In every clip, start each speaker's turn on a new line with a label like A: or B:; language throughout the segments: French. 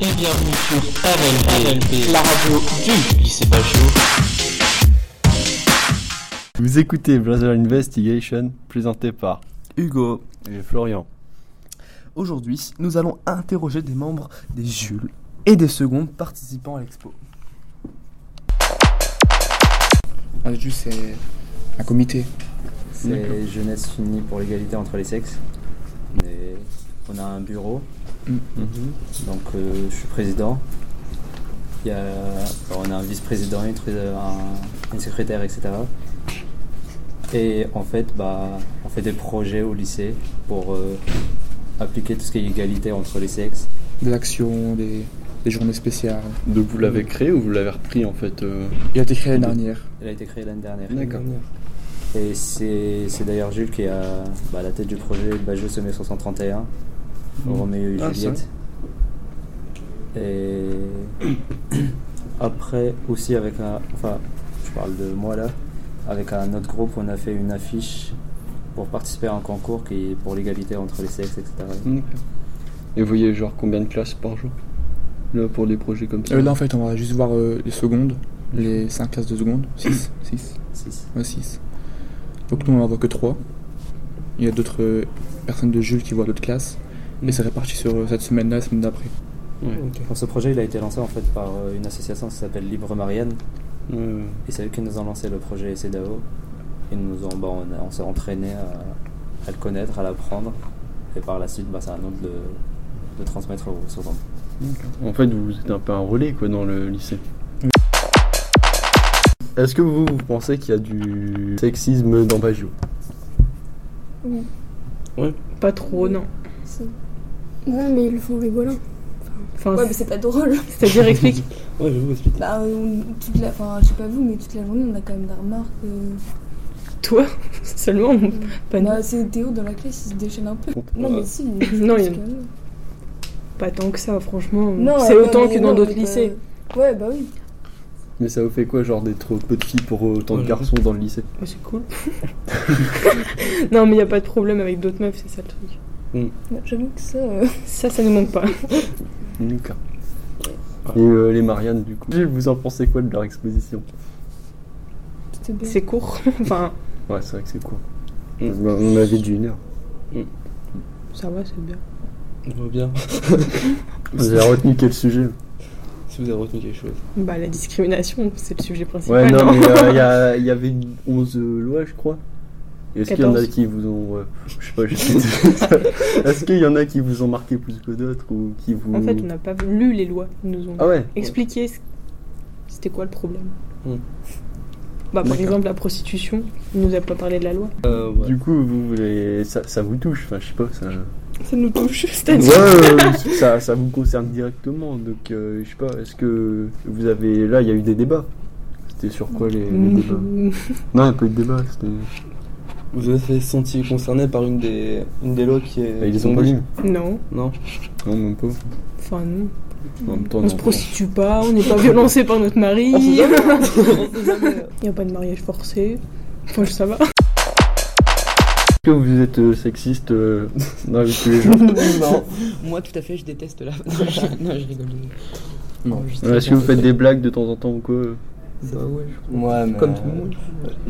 A: Et bienvenue sur RLP, la radio du lycée Bachot.
B: Vous écoutez Brother Investigation, présenté par
C: Hugo.
B: et Florian.
C: Aujourd'hui, nous allons interroger des membres des Jules et des secondes participants à l'expo.
D: Un jus, Ah, c'est un comité.
E: C'est Jeunesse Unie pour l'égalité entre les sexes. On, est- on a un bureau,
D: Mm.
E: donc euh, je suis président. Il y a, alors, on a un vice-président, une, trés- un- une secrétaire, etc. Et en fait, bah, on fait des projets au lycée pour euh, appliquer tout ce qui est égalité entre les sexes.
D: Des actions, des, des journées spéciales.
B: Donc vous l'avez créé ou vous l'avez repris en fait euh,
D: Il a été créé l'année dernière.
E: Elle a été créée l'année dernière. Et c'est c'est d'ailleurs Jules qui est à bah, à la tête du projet Bajeux Sommet 531, Roméo et
D: Ah,
E: Juliette. Et après, aussi avec un. Enfin, je parle de moi là. Avec un autre groupe, on a fait une affiche pour participer à un concours qui est pour l'égalité entre les sexes, etc.
B: Et vous voyez genre combien de classes par jour Là pour des projets comme ça
D: Euh, là, en fait, on va juste voir euh, les secondes, les 5 classes de secondes. 6 6
E: Six.
D: Ouais, 6. Donc nous, on n'en voit que 3. Il y a d'autres euh, personnes de Jules qui voient d'autres classes.
B: Mm.
D: Et c'est réparti sur euh, cette semaine-là, la semaine d'après.
B: Ouais.
E: Bon, ce projet, il a été lancé en fait par euh, une association qui s'appelle Libre Marianne.
B: Ouais.
E: Et c'est eux qui nous ont lancé le projet SEDAO. Ils nous ont, bah, on, a- on s'est entraîné à, à le connaître, à l'apprendre. Et par la suite, bah, c'est à nous de, le- de transmettre aux aux autres.
B: En fait vous êtes un peu un relais quoi dans le lycée. Est-ce que vous, vous pensez qu'il y a du sexisme dans Bajou
F: Pas trop, non.
G: Ouais, mais ils le font rigolant.
F: Enfin,
G: Ouais, mais c'est pas drôle.
F: c'est-à-dire explique.
G: Bah, euh, on- toute la, enfin, je sais pas vous, mais toute la journée, on a quand même des remarques. euh.
F: Toi seulement, pas nous.
G: Bah, c'est Théo dans la classe, il se déchaîne un peu. Non, mais si.
F: Non, il y en a-
G: parce que-
F: Pas tant que ça, franchement.
G: Non,
F: c'est
G: euh,
F: autant
G: mais
F: que dans
G: non,
F: d'autres
G: mais pas-
F: lycées.
G: Ouais, bah oui.
B: Mais ça vous fait quoi genre d'être peu de filles pour autant de garçons dans le lycée
F: Oh, c'est cool. non, mais il a pas de problème avec d'autres meufs, c'est ça le truc.
G: Ouais, J'avoue que ça. euh,
F: Ça, ça nous manque pas.
B: Lucas. Et euh, les Mariannes du coup. Vous en pensez quoi de leur exposition
G: C'était bien.
F: C'est court. enfin,
B: Ouais c'est vrai que c'est court.
H: Mm.
B: On avait dit une heure.
F: ça va, c'est bien.
H: On voit bien
B: Vous avez retenu quel sujet
H: si vous avez retenu quelque chose.
F: Bah, la discrimination, c'est le sujet
B: Ouais, Ah
F: principal.
B: non,
F: non
B: mais euh, il y, a- y avait 11 lois, je crois. Et Est-ce qu'il y en a
F: 14.
B: qui vous ont. euh, je sais pas, je sais pas. Est-ce qu'il y en a qui vous ont marqué plus que d'autres ou qui vous.
F: En fait, on n'a pas lu les lois. Ils nous ont
B: Ah ouais
F: expliqué ce- c'était quoi le problème.
H: Hmm.
F: Bah, par
B: D'accord.
F: exemple, la prostitution, il nous a pas parlé de la loi.
H: Euh, ouais.
B: Du coup, vous voulez. Ça, ça vous touche, enfin, je sais pas, ça.
F: Ça nous touche,
B: Ouais,
F: c'est-à-dire.
B: euh, ça, ça vous concerne directement. Donc, euh, je sais pas, est-ce que vous avez. Là, il y a eu des débats. C'était sur quoi les, les débats Non, il n'y a pas eu de débat, c'était.
H: Vous avez fait senti concerné par une des une des lois qui est.
B: Ah, ils ont pas
H: zombie.
B: lu.
F: non,
H: Non.
B: Non, même pas.
F: enfin, non.
B: En même temps,
F: On
B: non.
F: se prostitue pas, on n'est pas violencé par notre mari.
H: On sait jamais,
F: Il
H: on sait jamais.
F: n'y a pas de mariage forcé. Enfin, ça va.
B: Est-ce que vous êtes euh, sexiste euh, dans la vie de tous les jours
H: non.
I: Moi, tout à fait, je déteste la. Non, je, non, je rigole.
D: Non.
I: je sais
B: Est-ce que
I: pas.
B: vous faites des blagues de temps en temps ou quoi euh
I: Bah ouais,
H: Moi,
I: je- comme tout le monde.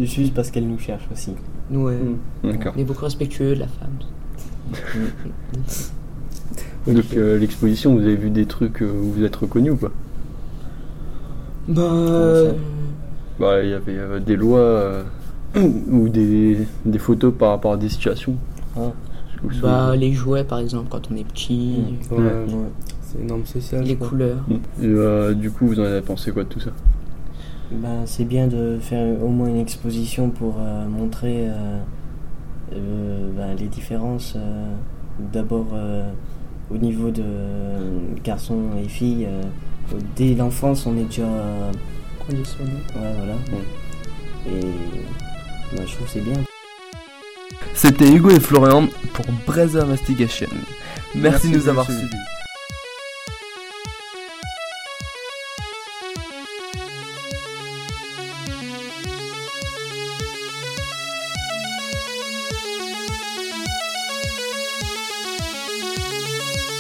H: Juste parce qu'elle nous cherche aussi.
I: Ouais.
H: Mm.
B: D'accord.
I: On est beaucoup respectueux de la femme.
H: Bah,
B: Donc euh, l'exposition, vous avez vu des trucs euh, où vous êtes reconnu ou pas
I: Bah.
H: Comment
B: Bah il y avait euh, des lois euh, ou des, des photos par rapport à des situations.
H: Ah.
B: Je vous
I: Bah,
B: souviens.
I: les jouets, par exemple, quand on est petit.
H: Ouais,
B: Ouais.
H: ouais. C'est une norme sociale.
I: Les
H: quoi.
I: couleurs.
B: Et, euh, du coup, vous en avez pensé quoi de tout ça
J: Ben, c'est bien de faire au moins une exposition pour euh, montrer euh, euh, ben, les différences, euh, d'abord euh, au niveau de euh, garçons et filles. euh, dès l'enfance, on est déjà. euh,
I: Conditionnés.
J: ouais, voilà. Et ben, je trouve que c'est bien.
C: C'était Hugo et Florian pour Brazer Investigation. Merci, de nous avoir
B: suivi.
C: suivis.